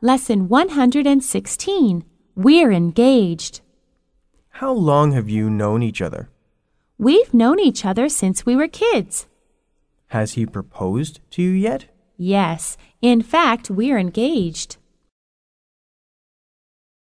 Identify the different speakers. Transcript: Speaker 1: Lesson 116 We're engaged.
Speaker 2: How long have you known each other?
Speaker 1: We've known each other since we were kids.
Speaker 2: Has he proposed to you yet?
Speaker 1: Yes, in fact, we're engaged.